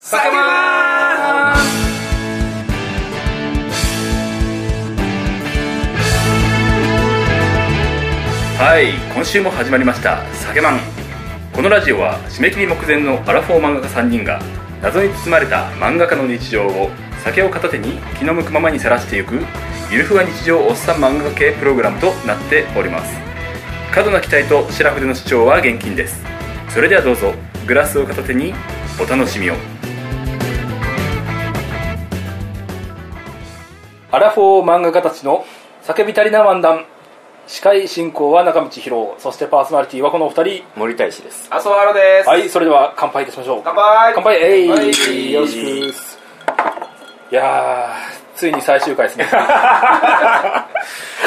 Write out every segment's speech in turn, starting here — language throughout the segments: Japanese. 叫ばーはい今週も始まりました「酒マン」このラジオは締め切り目前のアラフォー漫画家3人が謎に包まれた漫画家の日常を酒を片手に気の向くままにさらしていくゆるふわ日常おっさん漫画家系プログラムとなっております過度な期待と白筆の主張は厳禁ですそれではどうぞグラスを片手にお楽しみをアラフォー漫画家たちの叫び足りな漫談司会進行は中道博そしてパーソナリティはこのお二人森大使です麻生アロです、はいそれでは乾杯いたしましょう乾杯乾杯えい、はいよろしくっすいやーついに最終回ですねこち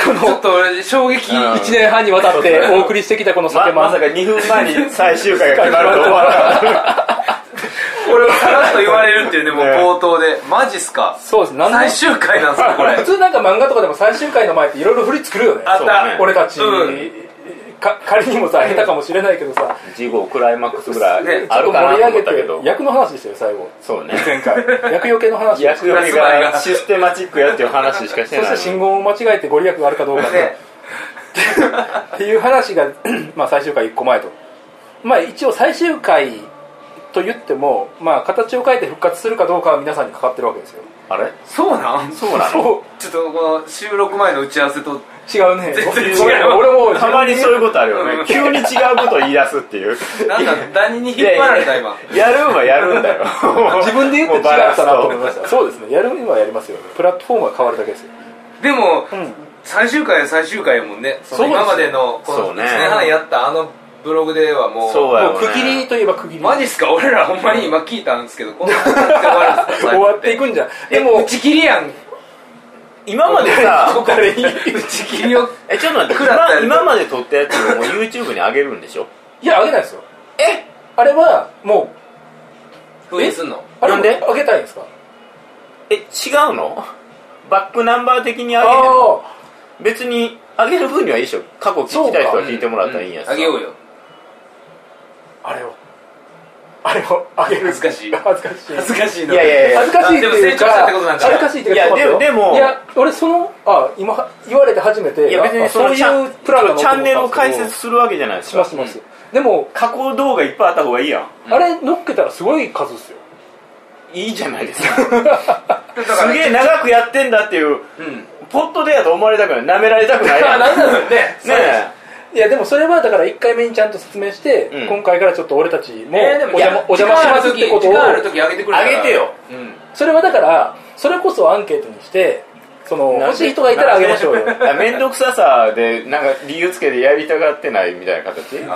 ょのっと俺衝撃うん1年半にわたってお送りしてきたこの酒まままさか2分前に最終回が決まると思わなかったこれをさらっと言われるっていうねもうね冒頭でマジっすかそうですなんで最終回なんすかこれ普通なんか漫画とかでも最終回の前っていろいろ振り作るよねあった、ね俺たち、うんか仮にもさ下手かもしれないけどさ事後クライマックスぐらねいあるかなと思ったけど役の話でしたよ最後そうね前回役よけの話役そ読みがシステマチックやっていう話しかしてないして信号を間違えてご利益があるかどうか、ねっていう話が まあ最終回1個前とまあ一応最終回と言ってもまあ形を変えて復活するかどうかは皆さんにかかってるわけですよあれ そうなんそうなのそちょっとこの収録前の打ち合わせとう違うね全然違う俺も俺もたまにそういうことあるようんね急に違うことを言い出すっていうなんか何に引っ張られた今いややるんはやるんだよ自分で言って違っもバランスたなと思いましたそうですねやるにはやりますよプラットフォームが変わるだけですよでも、ん最終回は最終回やもんねそそうですのよ今までのこそのう1ね年半やったあのブログではもうそうやもうろね区切りといえば区切りマジっすか俺らほんまに今聞いたんですけどこんな感じで終わるんですか 終わっていくんじゃんででもも打ち切りやん今までさここからいい打ち切りをえちょっと待って食らったや今つ今まで撮ったやつをもう YouTube に上げるんでしょいやあげないですよえあれはもう封印すんのあれもなんであげたいんですかえ違うのバックナンバー的に上あげるのあ別に上げる分にはいいでしょ過去聞きたい人は聞いてもらったらいいんやしさあげようよあれをあれをあげる恥ずかしい恥ずかしい恥ずかしいないやいやいや恥ずかしいっていうかでも成長したってことなんか恥ずかしいっていうかいやちょっと待ってよでもでもいや俺そのあ今言われて初めていや別にあそそうのチいャうプランだなチャンネルと思をったん解ですけど説するわけじゃないですしまかすしますでも加工動画いっぱいあった方がいいやんあれ乗っけたらすごい数っすよいいじゃないです かだからすげえ長くやってんだっていううんポットでやと思われたくな い舐められたくないやあんなんだろうねねいやでもそれはだから1回目にちゃんと説明して、うん今回からちょっと俺たちもおえーでも邪魔お邪魔しますってこと時を間ある時時間ある時上げてくれたら上げてようんそれはだからそれこそアンケートにしてそのえ欲しい人がいたらあげましょうよなんで面倒くささでなんか理由つけてやりたがってないみたいな形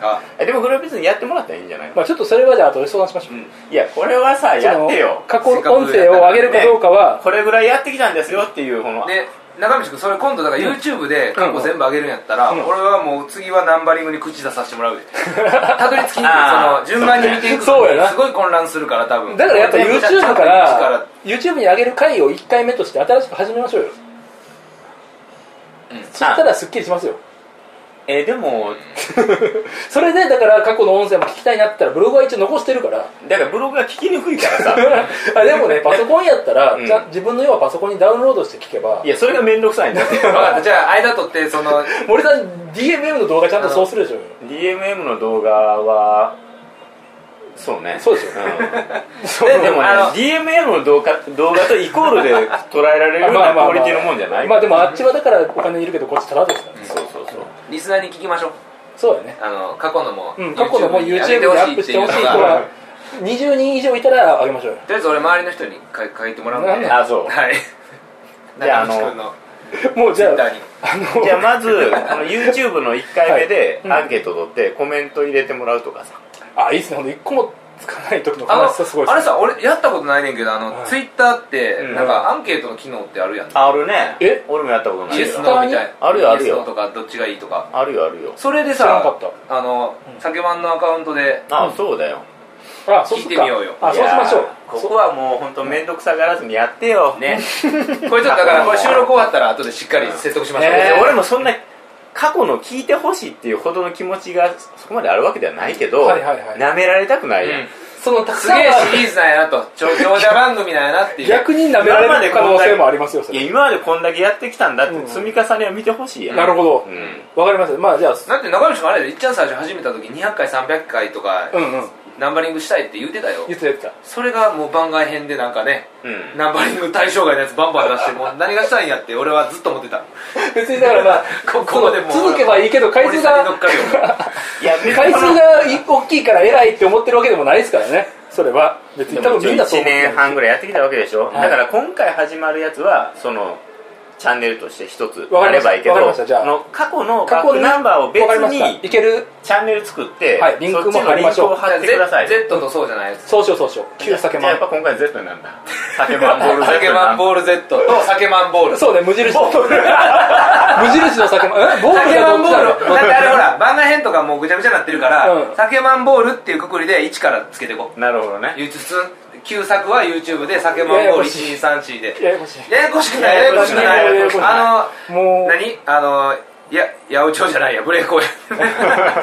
あえでもこれは別にやってもらったらいいんじゃないまあちょっとそれはじゃあ後で相談しましょう、うんいやこれはさそのやってよ過去音声を上げるかどうかは、これぐらいやってきたんですよっていうこので中道君それ今度だから YouTube で過去全部上げるんやったら、ん俺はもう次はナンバリングに口出させてもら うでたどり着きにくいそあーの順番に見ていくそうやなすごい混乱するから多分だからやっぱ俺 YouTube 全部か ちゃんとら YouTube に上げる回を1回目として新しく始めましょうよ、うんそしたらすっきりしますよえでもそれでだから過去の音声も聞きたいなって言ったらブログは一応残してるから だからブログが聞きにくいからさ あで もねパソコンやったら、うんじゃ自分の要はパソコンにダウンロードして聞けばいやそれが面倒く さいんだって分かったじゃあ間取ってその森さん DMM の動画ちゃんとそうするでしょうよ DMM の動画はそうねそうですようんででもねあの DMM の動画動画とイコールで捉えられるよう なクオリティのもんじゃないまあでもあっちはだからお金いるけどこっちタダですからね、そうそうそうリスナーに聞きましょうそうだよね、あの過去のも、うん、過去のもう YouTube にでアップしてほしい人上げてほしいっていうのがは20人以上いたらあげましょうよとりあえず俺周りの人に書い書いてもらうんでなんなん あそうはいじゃあ中道君のもうじゃあ Twitter にあの じゃあまずこの YouTube の1回目ではいうんアンケート取ってコメント入れてもらうとかさあ、いいっすね、ほんと一個もつかない時のあ悲しさすごいのであすれね。さ俺やったことないねんけどあはの、いツイッターってうんなんかアンケートの機能ってあるやん、あるねえ俺もやったことないイエけスどノーみたいなあるよあるよイエスノーとかどっちがいいとかあるよあるよそれで知らんかさっあの酒版のアカウントであそうだよあ、そうす聞るいてかみようよ。あ、いそやうしーましょう。ここはもう本当面倒くさがらずにやってよ ねこれちょっとだ からこれ収録終わったら後でしっかり説得しましょう、ねえー俺もそんな過去の聞いてほしいっていうほどの気持ちがそこまであるわけではないけど、はいはいはい舐められたくないやん、うんそのたくすさんげえはシリーズなんやなと 長長者番組なんやなっていう逆に舐められる可能性もありますよそいやれ今までこんだけやってきたんだって積み重ねを見てほしいやんなるほどうんわかりますまあじゃあだって中西君あれでいっちゃん最初始めた時200回300回とかうんうんナンバリングしたいって言うてたよ言ってた言ってたそれがもう番外編でなんかねうんナンバリング対象外のやつバンバン出してもう 何がしたいんやって俺はずっと思ってた別にだからまあここまでもうその続けばいいけど回数が俺先に乗っかるよいや別に回数がい大きいから偉いって思ってるわけでもないですからねそれは別にで多も分みんなそう思1って年半ぐらいやってきたわけでしょ、はいだから今回始まるやつはそのチャンネルとして一つわかありまれしたばいいけどわかりましたじゃああの過去の過バ去ッにクナンバーを別わかりましたにいけるチャンネル作って、はいリンクもそっちのリンクを貼ってください Z, Z とそうじゃないやつそうしようそうしよう旧酒じゃあまやっぱ今回 Z になるんだ酒マンボール Z 酒にマなンるボール Z と酒マンボールそうね無印の 無印の酒まえボール酒がマどンっボちだーろルだってあれほら番外編とかもうぐちゃぐちゃになってるから、うん酒マンボールっていうくくりで1からつけていこうなるほどねゆつつ旧作は YouTube で酒マンボール1234でややこしいややこしくないややこしくないややこしくないあのもう何あのいや八百長じゃないやブレ ーコーや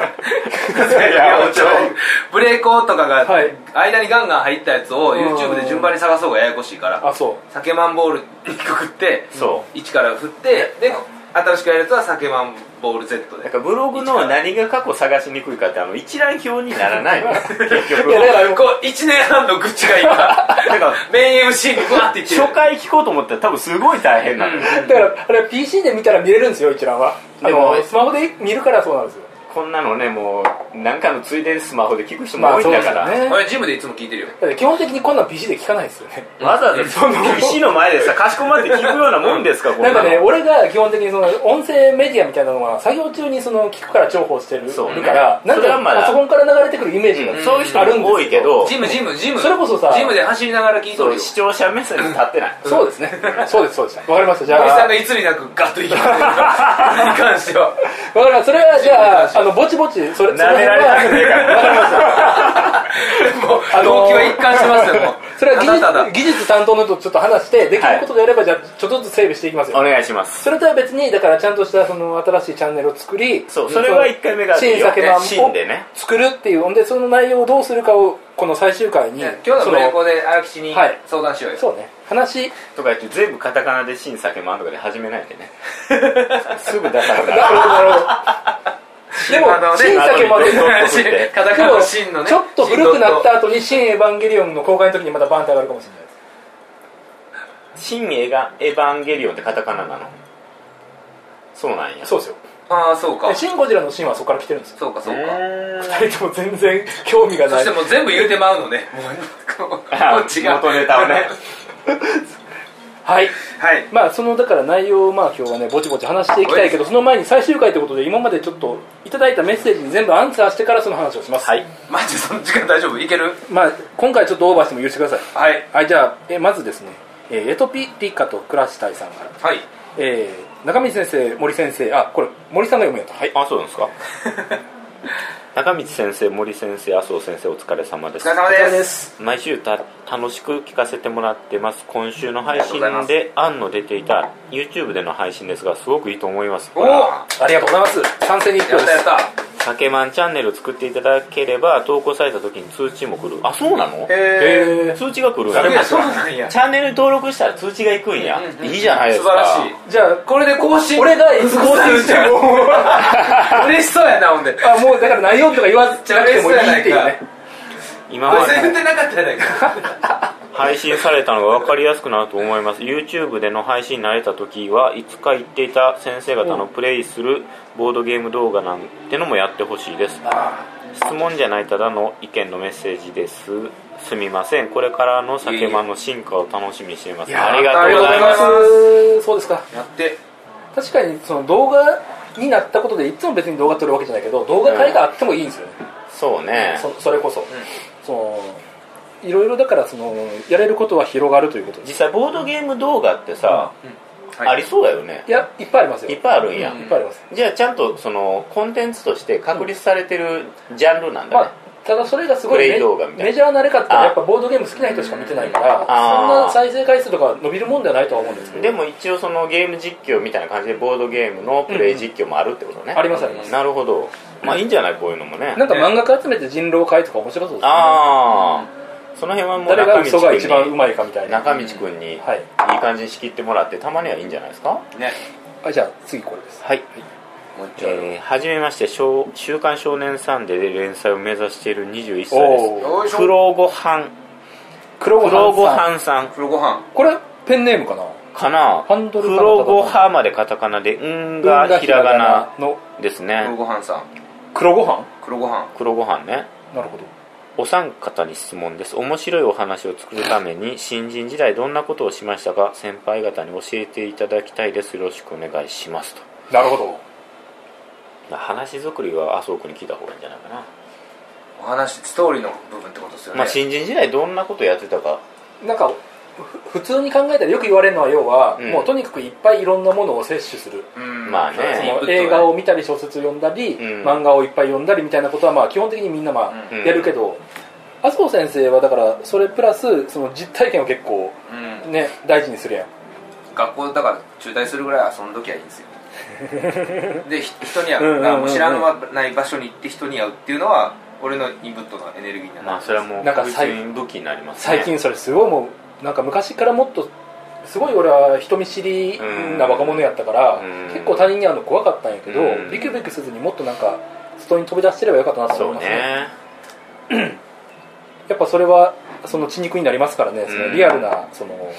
八百長 ブレーコーとかがはい間にガンガン入ったやつを YouTube で順番に探そうがややこしいからあそう酒マンボールにくくってそ1から振ってで新しくやるやつは酒マンボール Z うだでからブログの何が過去探しにくいかってあの一覧表にな らないの結局いやだからこう1年半の愚痴が なん今かメイン MC にブワーっていってる初回聞こうと思ったら多分すごい大変なの、だからあれ PC で見たら見れるんですよ一覧はででももスマホで見るからそうなんですよこんなのねもう何かのついでにスマホで聞く人も多いんだから、まあそうですよね俺ジムでいつも聞いてるよだって基本的にこんなん PC で聞かないですよねわざわざその PC の前でさかしこまって聞くようなもんですかこなんかのね俺が基本的にその音声メディアみたいなのは作業中にその聞くから重宝してるそうねからなんそれはまかだパソコンから流れてくるイメージがそういう人あるんも多でいすけけどどジムジムジムそれこそさジムで走りながら聞いとそるうよ視聴者目線に立ってないそうですねそうですそうですわかりましたじゃあ森さんわがいつになくガッといきますに関してはかりましたそれはじゃああのぼちぼちそれその辺舐められたくねえからわかりましたもうあのー動機は一貫してますよもう それは技ただただ術技術担当の人とちょっと話してできることであればじゃあちょっとずつ整備していきますよお願いしますそれとは別にだからちゃんとしたその新しいチャンネルを作りそうそれは1回目が新作版を新でね作るっていうんでその内容をどうするかをこの最終回にね今日のブレイコで荒吉にはい相談しようよ、そうね話とか言って全部カタカナで新酒もあんとかで始めないで ねすぐ出されたならるほどなるほ 新どあのねでも新酒まであのね新 カタカナの真ののねちょっと古くなった後に「新エヴァンゲリオン」の公開の時にまたバンって上がるかもしれないです新エヴァエヴァンゲリオンってカタカナなのそうなんやそうですよああそうかでシン・ゴジラ」のシーンはそこから来てるんですよそうかそううかーん2人とも全然興味がそないしてもう全部言うてまうのねもうこあっちが元ネタをねはい はいまあそのだから内容をまあ今日はねぼちぼち話していきたいけどその前に最終回ということで今までちょっといただいたメッセージに全部アンサーしてからその話をしますはいマジその時間大丈夫いけるまあ今回ちょっとオーバーしても許してくださいはいはいじゃあえまずですねえーエトピリカと暮らしたいさんからはいえー中道先生森先生あこれ森さんが読むやつはいあそうなん ですか中道先生森先生麻生先生お疲れ様でおす疲れ様お疲れでですす毎週た楽しく聞かせてもらってます今週の配信ありがとうござでアンの出ていた YouTube での配信ですがすごくいいと思いますおおやありがとうございます賛成に一票っでたやっすた酒マンチャンネル作っていただければ投稿された時に通知も来るあそうなのへええー通知が来るんやいやそうなんやチャンネル登録したら通知が行くんや、うんうんいいじゃないです素か晴らしいじゃあここれで更新俺がいつ更更新新ししててもも 嬉しそうやなほんであもうだから内容とか言わじゃなくてもいいっていうね今まあで全然なかったやないか配信されたのが分かりやすくなると思います YouTube での配信に慣れた時はいつか言っていた先生方のプレイするボードゲーム動画なんてのもやってほしいです質問じゃないただの意見のメッセージですすみませんこれからの酒マンの進化を楽しみにしていますいやーありがとうございありがとうございまますすそうですかやって確かにその動画になったことでいつも別に動画撮るわけじゃないけど動画会があってもいいんですよね、そうねそそれこそ,、そのいろいろだからそのやれることは広がるということです実際ボードゲーム動画ってさ、はいありそうだよねいやいっぱいありますよいっぱいあるんや、うんいっぱいあります、じゃあちゃんとそのコンテンツとして確立されてるジャンルなんだまね、あ、ただそれがすごいプレメイ動画みたいなメジャーなれかったらあやっぱボードゲーム好きな人しか見てないからそんあーな再生回数とか伸びるもんではないとは思うんですけどでも一応そのゲーム実況みたいな感じでボードゲームのプレイ実況もあるってことね、ありますありますなるほどまあいいんじゃないこういうのもねなんか漫画家集めて人狼会とか面白そうですねああその辺はもう誰が中道嘘が一番君うにまいかみたいな中道君にいいはい感じに仕切ってもらってたまにはいいんじゃないですかねあじゃあ次これですはいもう一丁やるえーはじめまして「少週刊少年サンデー」で連載を目指している21歳おでおよいしすょ黒ご飯黒ご飯黒ごさん飯さん黒ご飯これペンネームかなかなハンドルかな黒ご飯までカタカナで「文ん」がひらがなのです黒ねご飯さん黒ご飯黒ご飯黒ご飯ねなるほどお三方に質問です面白いお話を作るために新人時代どんなことをしましたか先輩方に教えていただきたいですよろしくお願いしますとなるほどまあ話作りは麻生君に聞いた方がいいんじゃないかな、お話ストーリーの部分ってことですよねまあ新人時代どんなことやってたかなんかふ普通に考えたらよく言われるのは要は、うんもうとにかくいっぱいいろんなものを摂取する、うんまあねそうですもうインプットね映画を見たり小説を読んだり、ん漫画をいっぱい読んだりみたいなことはまあ基本的にみんなまあうんやるけど、麻生先生はだからそれプラスその実体験を結構うんね大事にするやん学校だから中退するぐらい遊んどきゃいい んですよでひ人に会うんうんううんあの知らない場所に行って人に会うっていうのは俺のインプットのエネルギーになるまあそれはもうなんか確最実に武器になりますね最近それすごいもうなんか昔からもっとすごい俺は人見知りな若者やったから、うん結構他人に会うの怖かったんやけど、うんビクビクせずにもっとなんか外に飛び出してればよかったなとそ思ういますねねやっぱそれはその血肉になりますからねそのうんリアルなその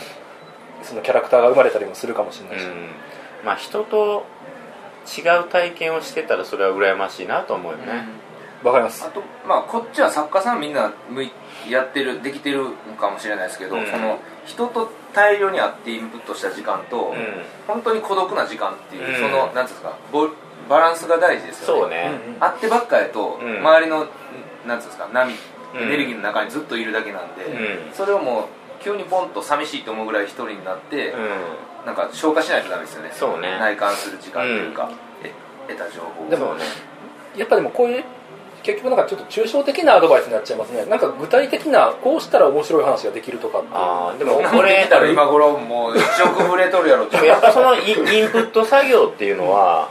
そのキャラクターが生まれたりもするかもしれうないし、んまあ人と違う体験をしてたらそれは羨ましいなと思うようね、んわかりますあとまあこっちは作家さんみんな向いやってるできてるのかもしれないですけど、うんその人と大量に会ってインプットした時間と、うん本当に孤独な時間っていう、うんそのなんていうんですかボバランスが大事ですよねそうね、うんうん会ってばっかやと、うん周りのなんていうんですか波うんエネルギーの中にずっといるだけなんで、うんそれをもう急にポンと寂しいと思うぐらい一人になって、なんか消化しないとダメですよねそうね内観する時間というか、え得た情報をうんでもそうねやっぱでもこういう結局なんかちょっと抽象的なアドバイスになっちゃいますねなんか具体的なこうしたら面白い話ができるとかってああでもなんこかでれきたら今頃もう1億ぶれとるやろってでもやっぱそのインインプット作業っていうのは、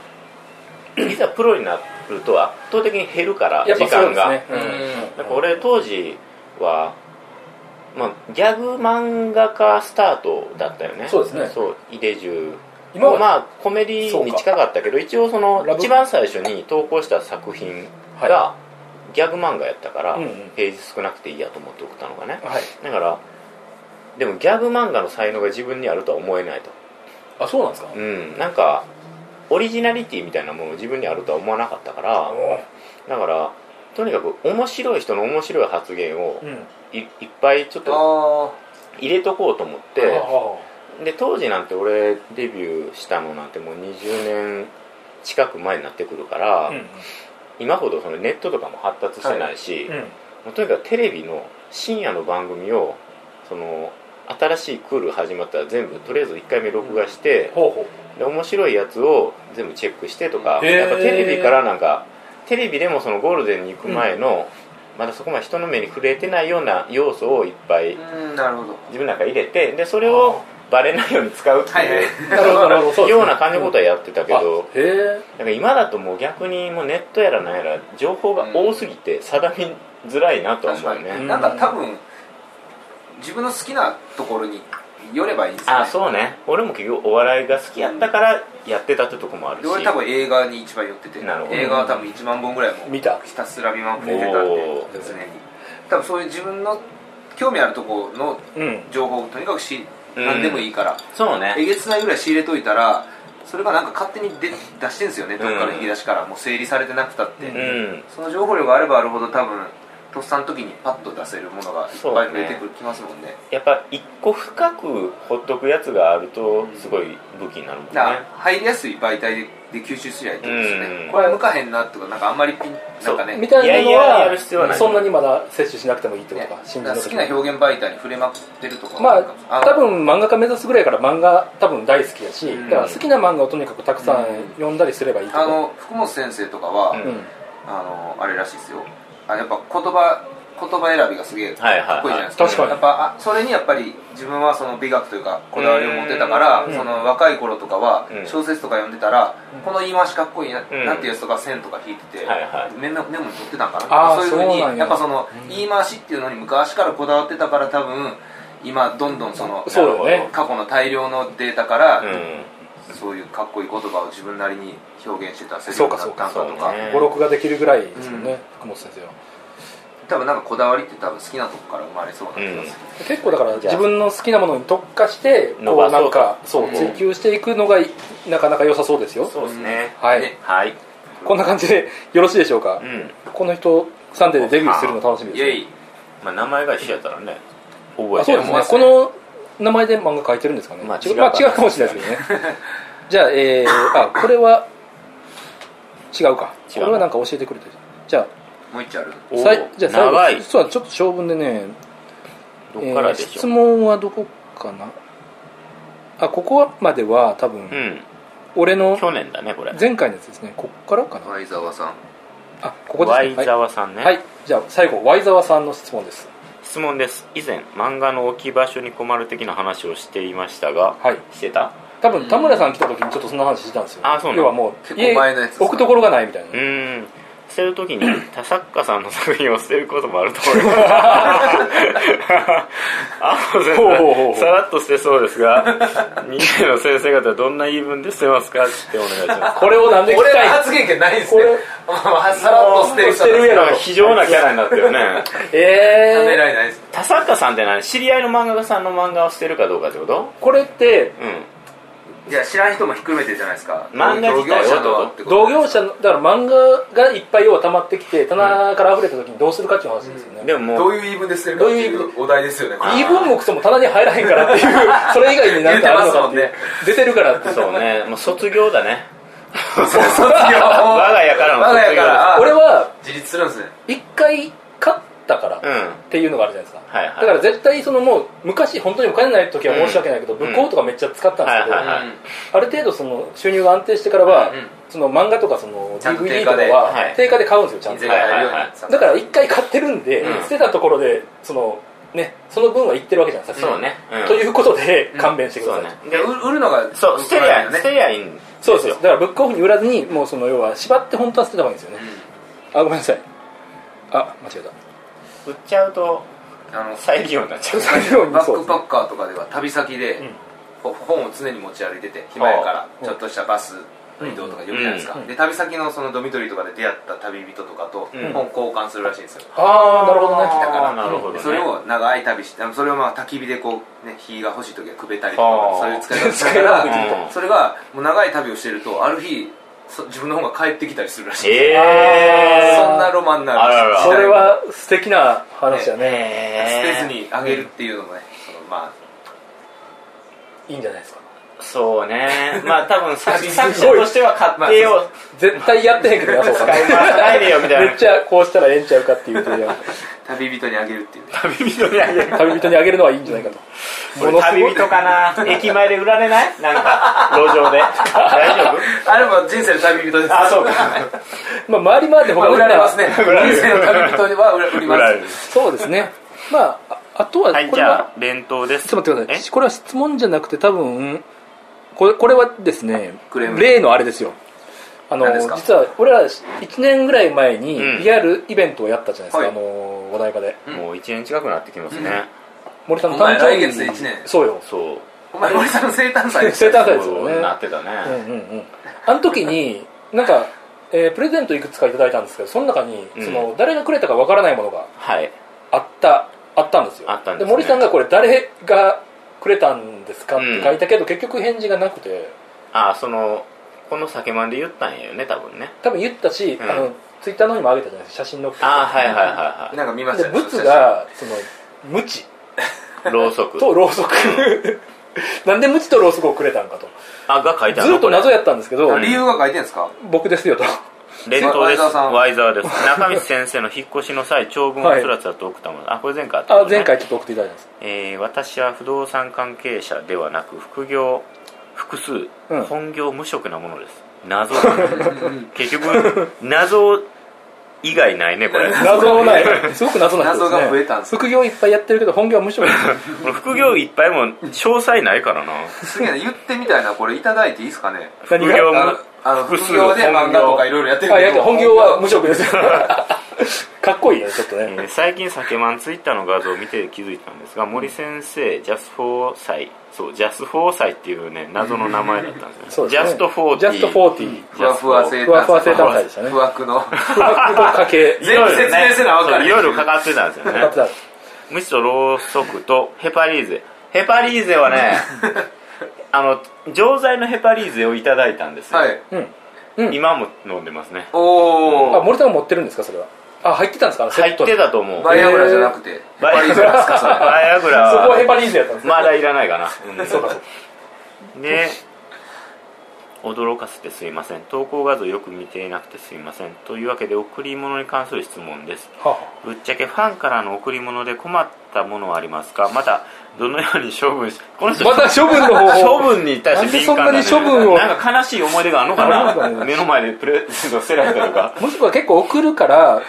いざプロになると圧倒的に減るからやっ時ぱそう間でが、すね、うんなんか俺当時は、まあ、ギャグ漫画家スタートだったよねそうですねそう井出重今はまあコメディに近かったけど一応そのラブ一番最初に投稿した作品が、はギャグ漫画やったから、うんうんページ少なくていいやと思って送ったのがねはいだからでもギャグ漫画の才能が自分にあるとは思えないとあそうなんですか、うん、なんかオリジナリティみたいなものを自分にあるとは思わなかったからだからとにかく面白い人の面白い発言をうんい,、いっぱいちょっあとー入れとこうと思っあてあで当時なんて俺デビューしたのなんてもう20年近く前になってくるから、うん今ほどそのネットとかも発達してないし、うんもうとにかくテレビの深夜の番組をその新しいクール始まったら全部とりあえず1回目録画して、ほうほで面白いやつを全部チェックしてとか、へーやっぱテレビからなんかテレビでもそのゴールデンに行く前の、まだそこまで人の目に触れてないような要素をいっぱいうんなるほど自分なんか入れてでそれをバレないように使うってはいはいいう、うなるほどなるほどそうですね ような感じのことはやってたけど、あへなんか今だともう逆にもうネットやらなんやら情報が多すぎて定めづらいなとは確思うかよに、ね、んなんか多分自分の好きなところに寄ればいいんですよ、ね、あそうね俺も結局お笑いが好きやったからやってたってとこもあるし、で俺多分映画に一番寄っててなるほど映画は多分1万本ぐらいも見たひたすら見まくってたんでおー常に多分そういう自分の興味あるところのえうん情報をとにかくしうん何でもいいから、そうねえげつないぐらい仕入れといたらそれがなんか勝手に出出してんですよねどっかの引き出しから、もう整理されてなくたって、うんその情報量があればあるほど多分とっさの時にパッと出せるものがいっそうぱだいね増えてくる、きますもんねやっぱ一個深くほっとくやつがあるとすごい武器になるもんねだから入りやすい媒体で吸収すりゃいいってことですよね、うんこれ向かへんなとかなんかあんまりピンそなうんかねみたいなのいやいややる必要ははないそんなにまだ摂取しなくてもいいってことか、新人のね、だから時好きな表現媒体に触れまくってるとかまなんかあ多分漫画家目指すぐらいから漫画多分大好きやし、うんだから好きな漫画をとにかくたくさん読んだりすればいいってこあとの福本先生とかは、うんうんあのあれらしいですよあやっぱ言葉言葉選びがすげえかはいはいはいっこいいじゃないですか、確かにやっぱあそれにやっぱり自分はその美学というかこだわりを持ってたからうんその若い頃とかはうん小説とか読んでたら、この言い回しかっこいいな,、うんなんていうやつとか線とか引いてて、はいはいメモメモに取ってたんかなあーそういうふうそうになやんやっぱその言い回しっていうのに昔からこだわってたから多分今どんどんそのそうだね過去の大量のデータから、うんそういうかっこいい言葉を自分なりに表現して出せるそよううにかなったんかそうかとそうか、ね語録ができるぐらいですもんね、福本先生は多分なんかこだわりって多分好きなとこから生まれそうな気がする、結構だからじゃあ自分の好きなものに特化して伸こばうそなうとんかそううん追求していくのがいなかなか良さそうですよそうですねはいねはいこんな感じでよろしいでしょうか、うんこの人サンデーでデビューするの楽しみイです、エね、イまあ名前が一緒やったらね覚えあそうでてるす思いねますこねの名前で漫画描いてるんですかね、まあちまあ、違違ううかもしれないですけどねじゃあ,、え ー、あこれは違うか違うこなれはなんか教えてくれたじゃあもう一丁あるおーさいじゃあ最後長い実はちょっと長文でねどっからでえーし質ょう問はどこかなあここまでは多分、うん俺の去年だねこれ前回のやつですねここからかなワイザワさんあここですワねイザワさんねはい、はい、じゃあ最後ワイザワさんの質問です質問です以前漫画の置き場所に困る的な話をしていましたがはいしてた多分田村さん来た時にちょっとそんな話してたんですよあそうなの要はもう結構家前のやつですか置くところがないみたいうなーん捨てるとき に他作家さんの作品を捨てることもあると 思いますあの先ほうほうほう生さらっと捨てそうですが人間の先生方はどんな言い分で捨てますかってお願いしますこれをなんで聞き俺たらい発言権ないんですねこれまあさらっと捨てるもう人捨てるやろなんか非常なキャラになってるよ ねためえらいないです他作家さんって何知り合いの漫画家さんの漫画を捨てるかどうかってことー、これってういや知らん人もひっくるめてじゃないですか漫画同自業体者はとはってこと同業者のだから漫画がいっぱい要は溜まってきて棚から溢れた時にどうするかっていう話ですよね、んでももどうういう言い分で捨てるかっていうお題ですよねこれ言い 分もクソも棚に入らへんからっていうそれ以外に何かあるのかっていう言って出てるからってそうねもう卒業だねそう卒業我が家からの我が家からあ俺は自立するんですね一回勝ったからうんっていうのがあるじゃないですか、はいはいだから絶対そのもう昔本当にお金ない時は申し訳ないけど、ん向こうとかめっちゃ使ったんですけど、はいはいうんある程度その収入が安定してからは、うんうんその漫画とかそのちゃんと DVD と定か価でははい定価で買うんですよちゃんと、人生がやるようにはいはいはいさだから一回買ってるんで、うん捨てたところでそのねその分はいってるわけじゃないですかそうねうんということで勘弁してくだそさうい、ねでで売売るのがそう捨てりゃね捨てりゃいいんそうですよだからブックオフに売らずにもうその要は縛って本当は捨てた方がいいんですよね、あごめんなさいあ間違えた売っちゃうとあの再利用になっちゃう最後にバそうッですクパねッカーとかでは旅先でんほ本を常に持ち歩いてて暇やからうんちょっとしたバスの移動とか呼ぶじゃないですうかんで旅先のそのドミトリーとかで出会った旅人とかとうん本交換するらしいんですよああなるほどねあーだからなるほどねそれを長い旅してあのそれをまあ焚き火でこうね火が欲しい時はくべたりとはあかそういう使 い方使いだ方かできるとらそれがもう長い旅をしてるとある日そ自分の方が帰ってきたりするらしいええそんなロマンなあららそれは素敵な話だね捨えてずにあげるっていうのもねそのまあいいんじゃないですかそうねまあ多分 作すごい作者としては買ってよ絶対やってへんけ どなそうか使い回さないでよみたいなめっちゃこうしたらええんちゃうかっていう提案旅人にあげるっていうね旅人にあげる旅人にあげるのはいいんじゃない かとものすごい旅人かな駅前で売られないなんか路上で大丈夫 あれも人生の旅人ですあそうかまあ回り回ってま他あの売られますね 人売られる生の旅人は売ら 売りますそうですねまあああとははいこじれはゃあ弁当ですちょっと待ってくだえさいこれは質問じゃなくて多分これこれはですねクレーム例のあれですよあの何ですか実は俺ら1年ぐらい前にうんリアルイベントをやったじゃないですか、はいあのお台場でもう1年近くなってきますね森さんの誕生お前来日月で一年そうよそうお前森さんの生誕祭です生誕祭ですよそうねなってたうんねうんうんあの時になんか、えープレゼントいくつかいただいたんですけどその中にうんその、誰がくれたかわからないものがはいあったあったんですよあったんですね森さんがこれ誰がくれたんですかって書いたけど、結局返事がなくてあそのこの酒まんで言ったんやよね多分ね多分言ったし、うんあのツイッターの方にも上げたじゃないですか写真のあはいはいはいはなんか見ましでたブツがその無知いろうそくとろうそく なんで無知とろうそくをくれたんかとあが書いてあるずっと謎やったんですけどあ理由が書いてるんですか僕ですよと連投ですワイザーさんワイザーです 中道先生の引っ越しの際長文をつらつらと送ったもの、あこれ前回あったもあんね前回ちょっと送っていただいたん ですえー私は不動産関係者ではなく副業複数、うん 本業無職なものです謎結局謎を以外ないねこれ 謎もないすごく謎なんですね謎が増えたんです副業いっぱいやってるけど本業は無償ですこれ副業いっぱいも詳細ないからなすげえな言ってみたいなこれいただいていいですかね副何が業あのもあの複数副業で漫画とかいろいろやってるあいけやど本業は無職です かっこいいよねちょっとね、えー最近酒マンツイッターの画像を見て気づいたんですが森先生ジャスフォーサイそうジャスフォーサイっていうね謎の名前だったんですそようジですねャストフォージテャィスト40ふわふわ生ふわふわ生誕誕祭でしたね不惑の不惑と家計全部説明せなわかそらうへんいろいろかかってたんですよね だってだ虫とろうそくとヘパリーゼヘパリーゼは ねあの錠剤のヘパリーゼをいただいたんですよ、はいうん今も飲んでますねおあお森田が持ってるんですかそれはあ入ってたんですかあのセ入ッっトにてたと思うバイアグラじゃなくてバイアグバイアグララですかそれバイアグラそこはヘはパリーゼやったんですねまだいらないかな、うん そうかそうかで驚かせてすいません投稿画像よく見ていなくてすいませんというわけで贈り物に関する質問ですはあはぶっちゃけファンからの贈り物で困ったものはありますかまたどのように処分しこのあ人また処分の方法処分に対して敏感なんでそんなに処分をなんか悲しい思い出があるのかあるのかなな目の前でプレゼントせられたとかもしくは結構送るからど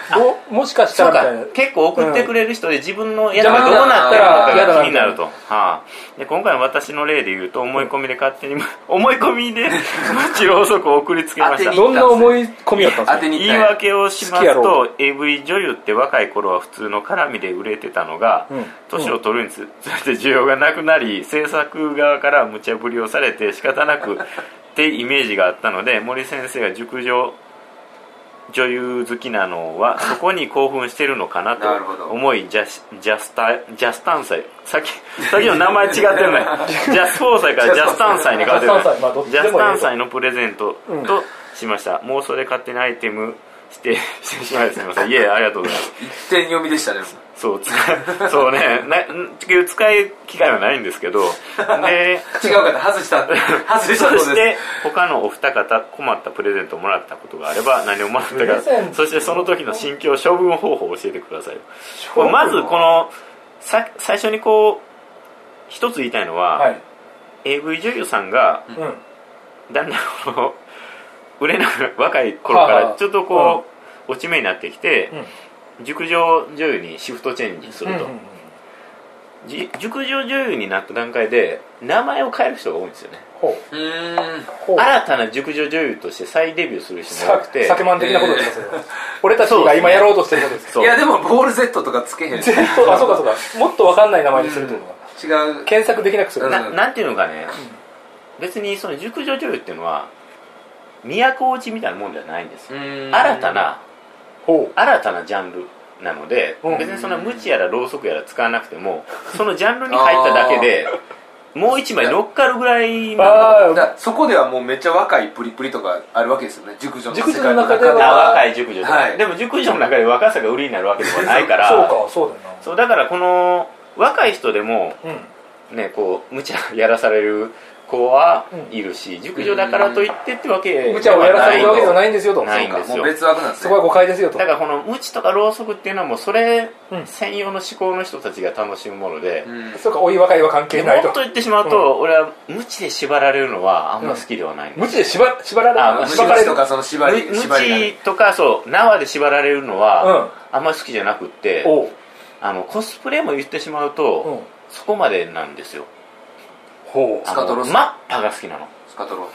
うもしかしたそうらみたかいな結構送ってくれる人で自分のやつがどう邪魔なっだなてるのか嫌だなが気になると、はあ、で今回の私の例で言うと思い込みで勝手に思い込み で街ろうそくを送りつけまし当たてにどんな思い込みやったんです当かてに行言いったんや訳をしま好きやすろと AV 女優って若い頃は普通の絡みで売れてたのがうん年、を取るにつ れて需要がなくなり制作側から無茶ぶりをされて仕方なくってイメージがあったので森先生が熟女女優好きなのはそこに興奮してるのかなとなるほど思いジャスジャスタジャスタン祭さっきさっきの名前違ってないジャスフォー祭からジャスタン祭に変わってるジャスタン祭まあどっちジでャもいいスとタン祭のプレゼントうんとしました、妄想で勝手にアイテムしてしてしまいすみませんいえありがとうございます一点読みでしたねそう使いそうねなん使い機会はないんですけど で違う方外した外したそそうしでて他のお二方困ったプレゼントをもらったことがあれば何をもらったプレゼンかトそしてその時の心境処分方法を教えてくださいこれまずこのさ最初にこう一つ言いたいのは、はい、 AV 女優さんがうん、だんだんこの売れなく若い頃かはあはらあちょっとこう落ち目になってきてうん熟女女優にシフトチェンジすうんるうんとうんじ熟女女優になった段階で名前を変える人が多いんですよねほうすうーんほう新たな熟女女優として再デビューする人も多さくて酒まん的なことですかそれは俺たちが今やろうとしてることですかそういやでもボール Z とかつけへん違うえっとあそうかそうかもっと分かんない名前にするってことか検索できなくするうんななんていうのかね別にその熟女女優っていうのは都落ちみたいなもんじゃないんですよ新たなほ新たなジャンルなので、うん別にそんな無知やらろうそくやら使わなくてもそのジャンルに入っただけでもう一枚乗っかるぐらいうのだかあらそこではもうめっちゃ若いプリプリとかあるわけですよね熟女の世界の中熟女の中ででははあ若い熟女とか、はいでも熟女の中で若さが売りになるわけではないかあらそうかそうだよそうだからこの若い人でもなうんねこう無茶やらされる子はいるし、熟女だからといってってわけではない無茶をやらされるわけじゃないんですよとないんそでうかすもよう別枠なんですそねこは誤解ですよとだからこの無知とかろうそくっていうのはもうそれうん専用の思考の人たちが楽しむもので、うんそうかおい若いは関係でなもいっとと言ってしまうと、俺は無知で縛られるのはあんま好きではないんで無知で縛縛らあれる虫縛られ虫るとかその縛り無無縛りなん知でとかそう縄で縛られるのはあんま好きじゃなくって、おうあのコスプレも言ってしまううと、んそこまでなんですよほスカトロあのマッパが好きなのスカトロは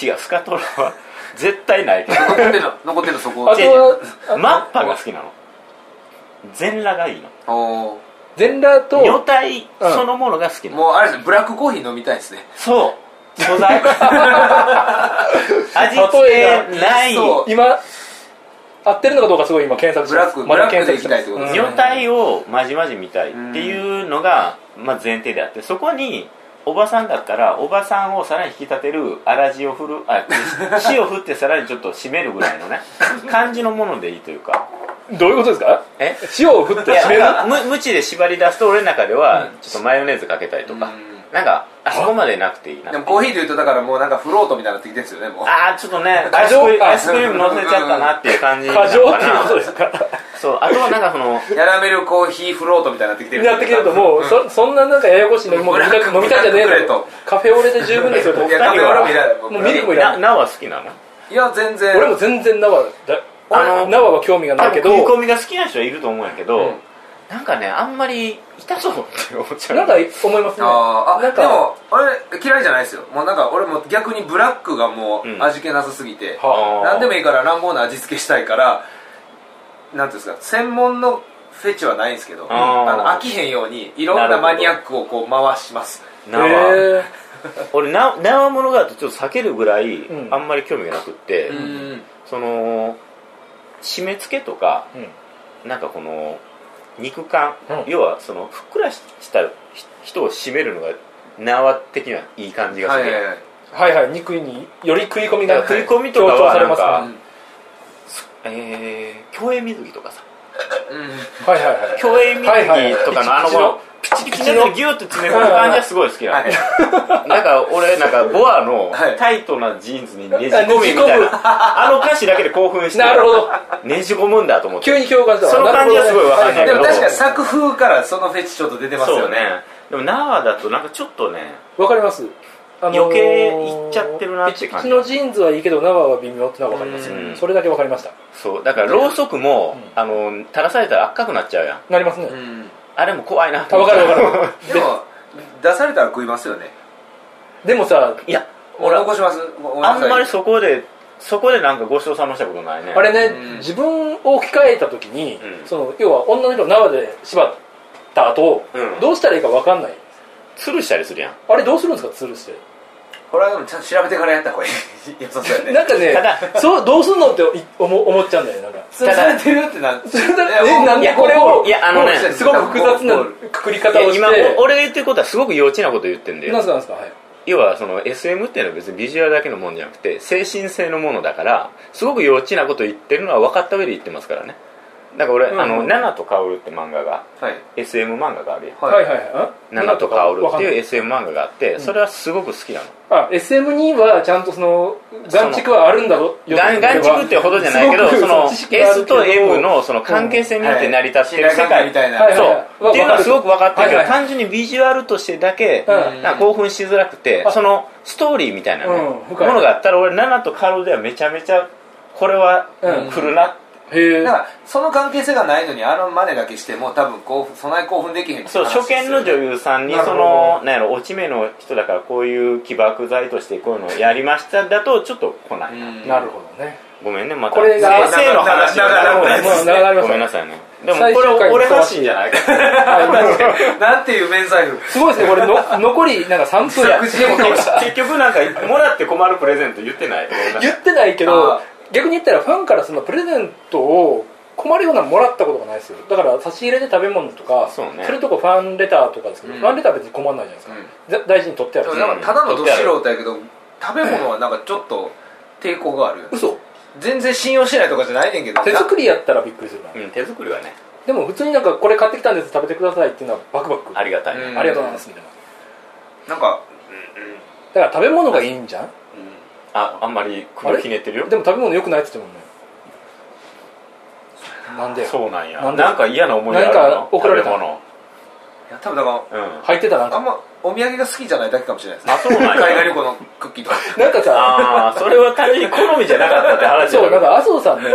違うスカトロは 絶対ないけど残ってんの残ってんのそこあとはあマッパが好きなの全裸がいいのおー全裸女と体そのものが好きなの、もうあれですねブラックコーヒー飲みたいですねそう素材 味付けないそう今合ってるのかどうかすごい今検索しブラックまだブラックで検索いしますきたいってことです女体をまじまじ見たいっていうのが、まあ、前提であってそこにおばさんだったらおばさんをさらに引き立てる粗塩を振るあ 塩を振ってさらにちょっと締めるぐらいのね感じのものでいいというかうんどういうことですかえ塩を振っいてや締めるなんかむ無知で縛り出すと俺の中ではちょっとマヨネーズかけたりとか、うんなんかあそこまでなくていいなでもコーヒーというとだからもうなんかフロートみたいになってきてるんですよねもうああちょっとね過アイス剰クリームかアイスクリーム乗せちゃったなっていう感じなの過か剰なっていうことですかそうあとはなんかそのキャラメルコーヒーフロートみたいになってきてるやってきてるともうそそんななんかややこしいのもう飲みたく飲みたいじゃねえとカフェオレで十分ですよといやカフェオレもいらないもうミルクもいらないななは好きなのいや全然俺も全然生だああのの縄は興味がな多いけ分ど食い込みが好きな人はいると思うんやけど、うんなんかねあんまり痛そうって思っちゃうなんか思いますねあーあなんでかも俺嫌いじゃないですよもうなんか俺も逆にブラックがもうんう味気なさすぎて、はあ何でもいいから乱暴な味付けしたいからなんていうんですか専門のフェチはないんですけどあーあの飽きへんようにいろんなマニアックをこう回します縄、へー俺な縄物があるとちょっと避けるぐらい、うんあんまり興味がなくって、うーんその締め付けとかうんなんかこの肉感、うん要はそのふっくらしたひ人を締めるのが縄的にはいい感じがはすいる、はいはいはいはい肉により食い込みがだから食い込みとかは強調されますねなんかうんえー、競泳水着とかさうんはいはいはい競泳水着とかのはいはいあのこのピチピチのやつをギュッと詰め込む感じはすごい好きなの、はいなんか俺なんかボアのはいタイトなジーンズにねじ込みみたいねじ込むなあの歌詞だけで興奮してなるほどねじ込むんだと思って急に共感したわその感じはすごいわかんないけでども確かに作風からそのフェチちょっと出てますそうよねねでも縄だとなんかちょっとねわかります、あ余計いっちゃってるなってピ感じチピチのジーンズはいいけど縄は微妙ってのはわかりますようんそれだけわかりましたそうだからろうそくも、うあの垂らされたら赤くなっちゃうやんなりますね、うんあれも怖いなとあ思わっかたるわかるでも出されたら食いますよねでもさ いや俺俺残しますごめなあさいんまりそこでそこでなんかごちそうさましたことないねあれね、うん自分を置き換えた時に、うんその要は女の人を縄で縛った後、うんどうしたらいいかわかんないつるしたりするやんあれどうするんですか吊るしてこれはでもちゃんと調べてからやった方がいい良さそうやねなんかねただそうどうすんのってい思思っちゃうんだよねなんか吊るされてるってなんそれだえ なんでこれをいやあのねすごく複雑なくくり方いやをして今お俺が言ってることはすごく幼稚なこと言ってんだなんよすかなんすかはい要はその SM っていうのは別にビジュアルだけのもんじゃなくて精神性のものだからすごく幼稚なこと言ってるのは分かった上で言ってますからねだから俺、うんあの「ナナとカオル」って漫画がはい SM 漫画があるやんははいいはいはいんナナとカオルっていうわ SM 漫画があってそれはすごく好きなのかんないあ SM にはちゃんとその眼蓄はあるんだぞガンガンチクってほどじゃないけどすごくその知識がある S けどと M のその関係性によって成り立ってる世信頼関係界みたいな、はいそうっていうのはすごく分かってるけはいどはい単純にビジュアルとしてだけうんなんか興奮しづらくてあそのストーリーみたいなねうんもの深いがあったら俺ナナとカロではめちゃめちゃこれはうん来るなへえだからその関係性がないのにあのマネだけしても多分こうそない興奮できへんってそう話で初すよね見の女優さんになるそほどのなんやろ落ち目の人だからこういう起爆剤としてこういうのをやりましただとちょっと来ないなうんなるほどねごめんねまたこれが先生の話長々長長々々長々ごめんなさいねでも最こ終回れに俺発信じゃないから なんていう免罪符すごいですねこれの残りなんか3分や口でも来ました 結局なんかもらって困るプレゼント言ってないごめんなさい言ってないけあどー逆に言ったらファンからそのプレゼントを困るようなのもらったことがないですよだから差し入れで食べ物とかそうねれとこファンレターとかですけど、うんファンレターは別に困んないじゃないですか、だ大事に取ってあでるもしなんかただのど素人やけど食べ物はなんかちょっと抵抗があるよね嘘全然信用してないとかじゃないねんけど手作りやったらびっくりするな、うん、手作りはねでも普通になんかこれ買ってきたんです食べてくださいっていうのはバクバクありがたい、うんありがとうございますみたいななんかだから食べ物がいいんじゃんああんまりあ首れひねってるよでも食べ物良くないって言ってたもんねなんでそうなんやななんんでか嫌な思い出あるのなんか怒られた食べ物いや多分だかうん入ってたなんらあんかまお土産が好きじゃないだけかもしれないですあそうなんや海外旅行のクッキーとかなんかさああそれは単純に好みじゃなかったって話だそうなんか麻生さ んね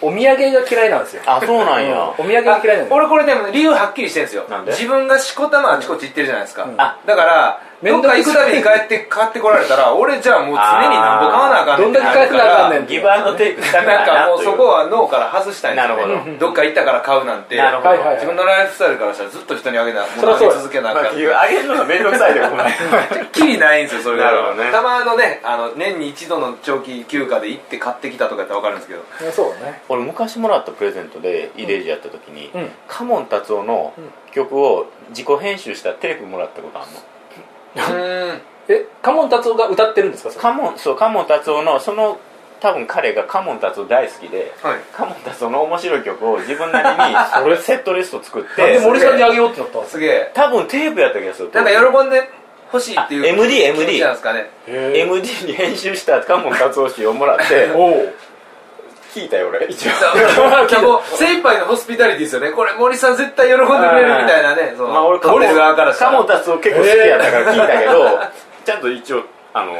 お土産が嫌いなんですよあそうなんや、お土産が嫌いなんですよ俺これでも理由はっきりしてるんですよなんで自分がしこたまあちこち行ってるじゃないですか、んあだから面ど倒っかく行さいくたびに帰って買ってこられたら俺じゃあもう常になんぼ買わなあかんねどんだけ返すなあかんねんギブアンドテイクしたくななんいなかともういうそこは脳から外したいんですよねなるほどっか行ったから買うなんてなるほど、はいはい自分のライフスタイルからしたらずっと人にあげなそりゃあそうげや続けなあまかんああげるのが面倒くさいでごめんきりないんですよそれがなるほどねたまのねあの年に一度の長期休暇で行って買ってきたとかやったら分かるんですけどいやそうね 俺昔もらったプレゼントでイレージやった時に、うんカモン達夫の曲を自己編集したテープもらったことあんのうんえカモン達夫が歌ってるんですかそれカモンそうカモン達夫のその多分彼がカモン達夫大好きではいカモン達夫の面白い曲を自分な りにセットリスト作っなんでて森さんにあげようってなったんですすげえ多分テープやった気がするなんか喜んで欲しいっていうあ MD 気持ちなんですかねへ MD に編集したカモン達夫氏をもら っておう聞いたよ俺一応もう精一杯のホスピタリティですよねこれ森さん絶対喜んでくれるみたいなねその まあ俺カモ折れる側からしたカらモン達夫結構好きやったから聞いたけどちゃんと一応あの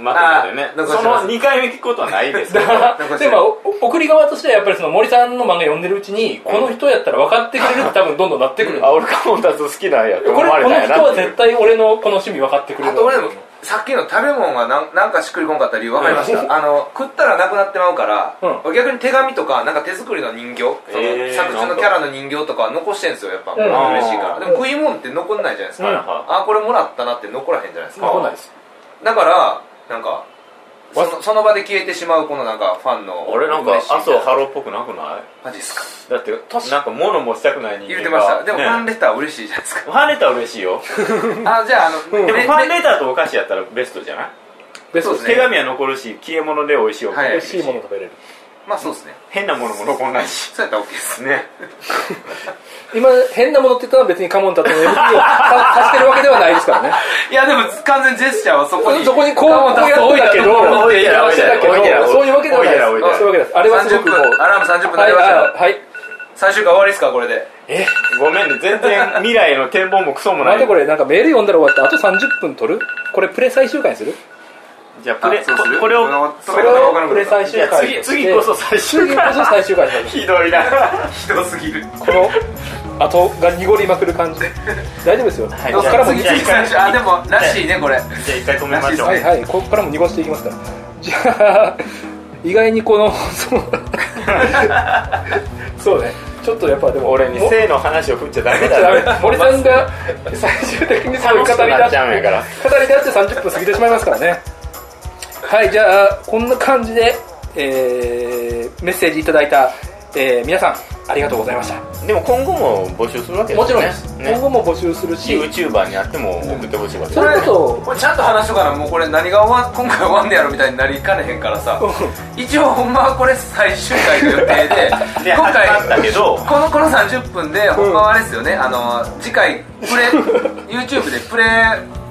待ってるんでねあーその2回目聞くことはない ですけど残してでるもお送り側としてはやっぱりその森さんの漫画読んでるうちにこの人やったら分かってくれるって多分どんどんなってくる、あ俺カモンタツ好きなんやとこ思れわれこたのんや人なはっていう絶対俺のこの趣味分かってくれるあと俺でもさっきの食べ物がなんなんかしっくりこんかった理由分かりました、うあの食ったらなくなってまうから、う逆に手紙とかなんか手作りの人形、そのえー作中のキャラの人形とかは残してんですよやっぱ、ん嬉しいかあらーでも食い物って残んないじゃないですか、はいはいあこれもらったなって残らへんじゃないですか、残んないですだからなんかそのその場で消えてしまうこのなんかファンの俺なんか嬉しい麻生ハローっぽくなくないマジですかだってなんか物もしたくない人言間ってましたがでもフねァンレター嬉しいじゃないですか、ファンレター嬉しいよあじゃああの、でもねファンねレターとお菓子やったらベストじゃないベストそうでですねす手ね紙は残るし消え物で美味しいお菓子はい美味しいもの食べれるまあそうですね変なものも残んないしそうやったら OK ですね今変なものって言ったのは別にカモンタツの MP を 足してるわけではないですからねいやでも完全ジェスチャーはそこにそこにこうこうやってたけど置いてた置いてたけど置いてたそういうわけではないです置いてた置いてたそういうわけですあれはすご30くこ分うアラーム30分は鳴いりましたよあはい最終回終わりですかこれでえごめんね全然未来への展望もクソもな待っいてこれなんかメール読んだら終わったあと30分取るこれプレ最終回にするじゃあプレあそうするここれをこそのこ止れめれをろをプレ最終回次として次こそ最終次こ回そ最終回にしましょうひどいな はひどすぎるこの後が濁りまくる感 じ大丈夫ですよ、いここからも次濁し次最終あでもらしいねこれじゃあ一回止めましょうはいはいここからも濁していきますからじゃあ意外にこのそう そうねちょっとやっぱでも俺にも性の話を振っちゃダメじゃあだダメ森さんが最終的にそれ語り出楽しくなっちゃうんやからして語り出して30分過ぎてしまいますからねはいじゃあこんな感じで、えーメッセージいただいた、えー皆さんありがとうございましたでも今後も募集するわけですねもちろんです、ね今後も募集するし YouTuber になっても送ってほしいわけそれここれちゃんと話しとかなもうこれ何が終わ今回終わんねやろみたいになりかねへんからさ一応ほんまはこれ最終回の予定でで今始まったけ回どこのこの30分でほんまはあれですよねあの次回プ レ YouTube でプレ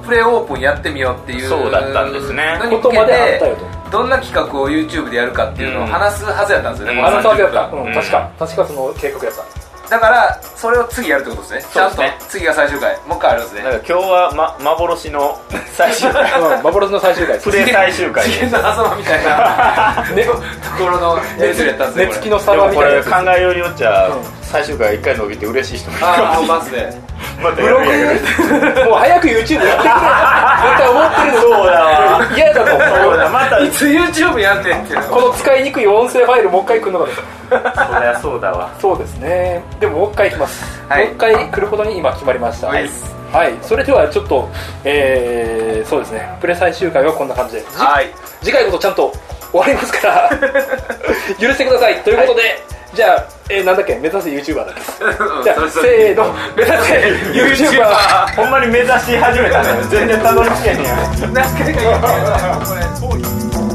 プレオープンやってみようっていうそうだったんですねのそにこ向とけまであったよてとどんな企画を YouTube でやるかっていうのを話すはずやったんですようんね、こあのの30サー分やった、うんうん確か確かその計画やっただからそれを次やるってことですねそうですねちゃんと次が最終回もう一回あるんですなんねか今日は、ま、幻の最 終 回うん、幻の最終回 ですプレ最終回次元の狭間みたい なところのやり取りやったんですね寝つきのので沢もみこたいなれやつ考えよりよっちゃうん最終回一回伸びて嬉しい人もいるかああももうしれないマジでまたブやロるグんやけどもう早く YouTube や ってくれよまた思ってるのそうだわ嫌だと思そううだまたいつ YouTube やんねんっていうこの使いにくい音声ファイルもう一回来るのかとそりゃそうだわそうですねでももう一回来ます、はいもう一回来ることに今決まりましたはいはいそれではちょっとえー、そうですねプレ最終回はこんな感じでじ はい次回こそちゃんと終わりますから 許してくださいということで、じゃあ、えーなんだっけ目指せ YouTuber だっけじゃあせーの目指 せ YouTuber ほんまに目指し始めたね全然たどり着けへんやん何回か言ってるなこれ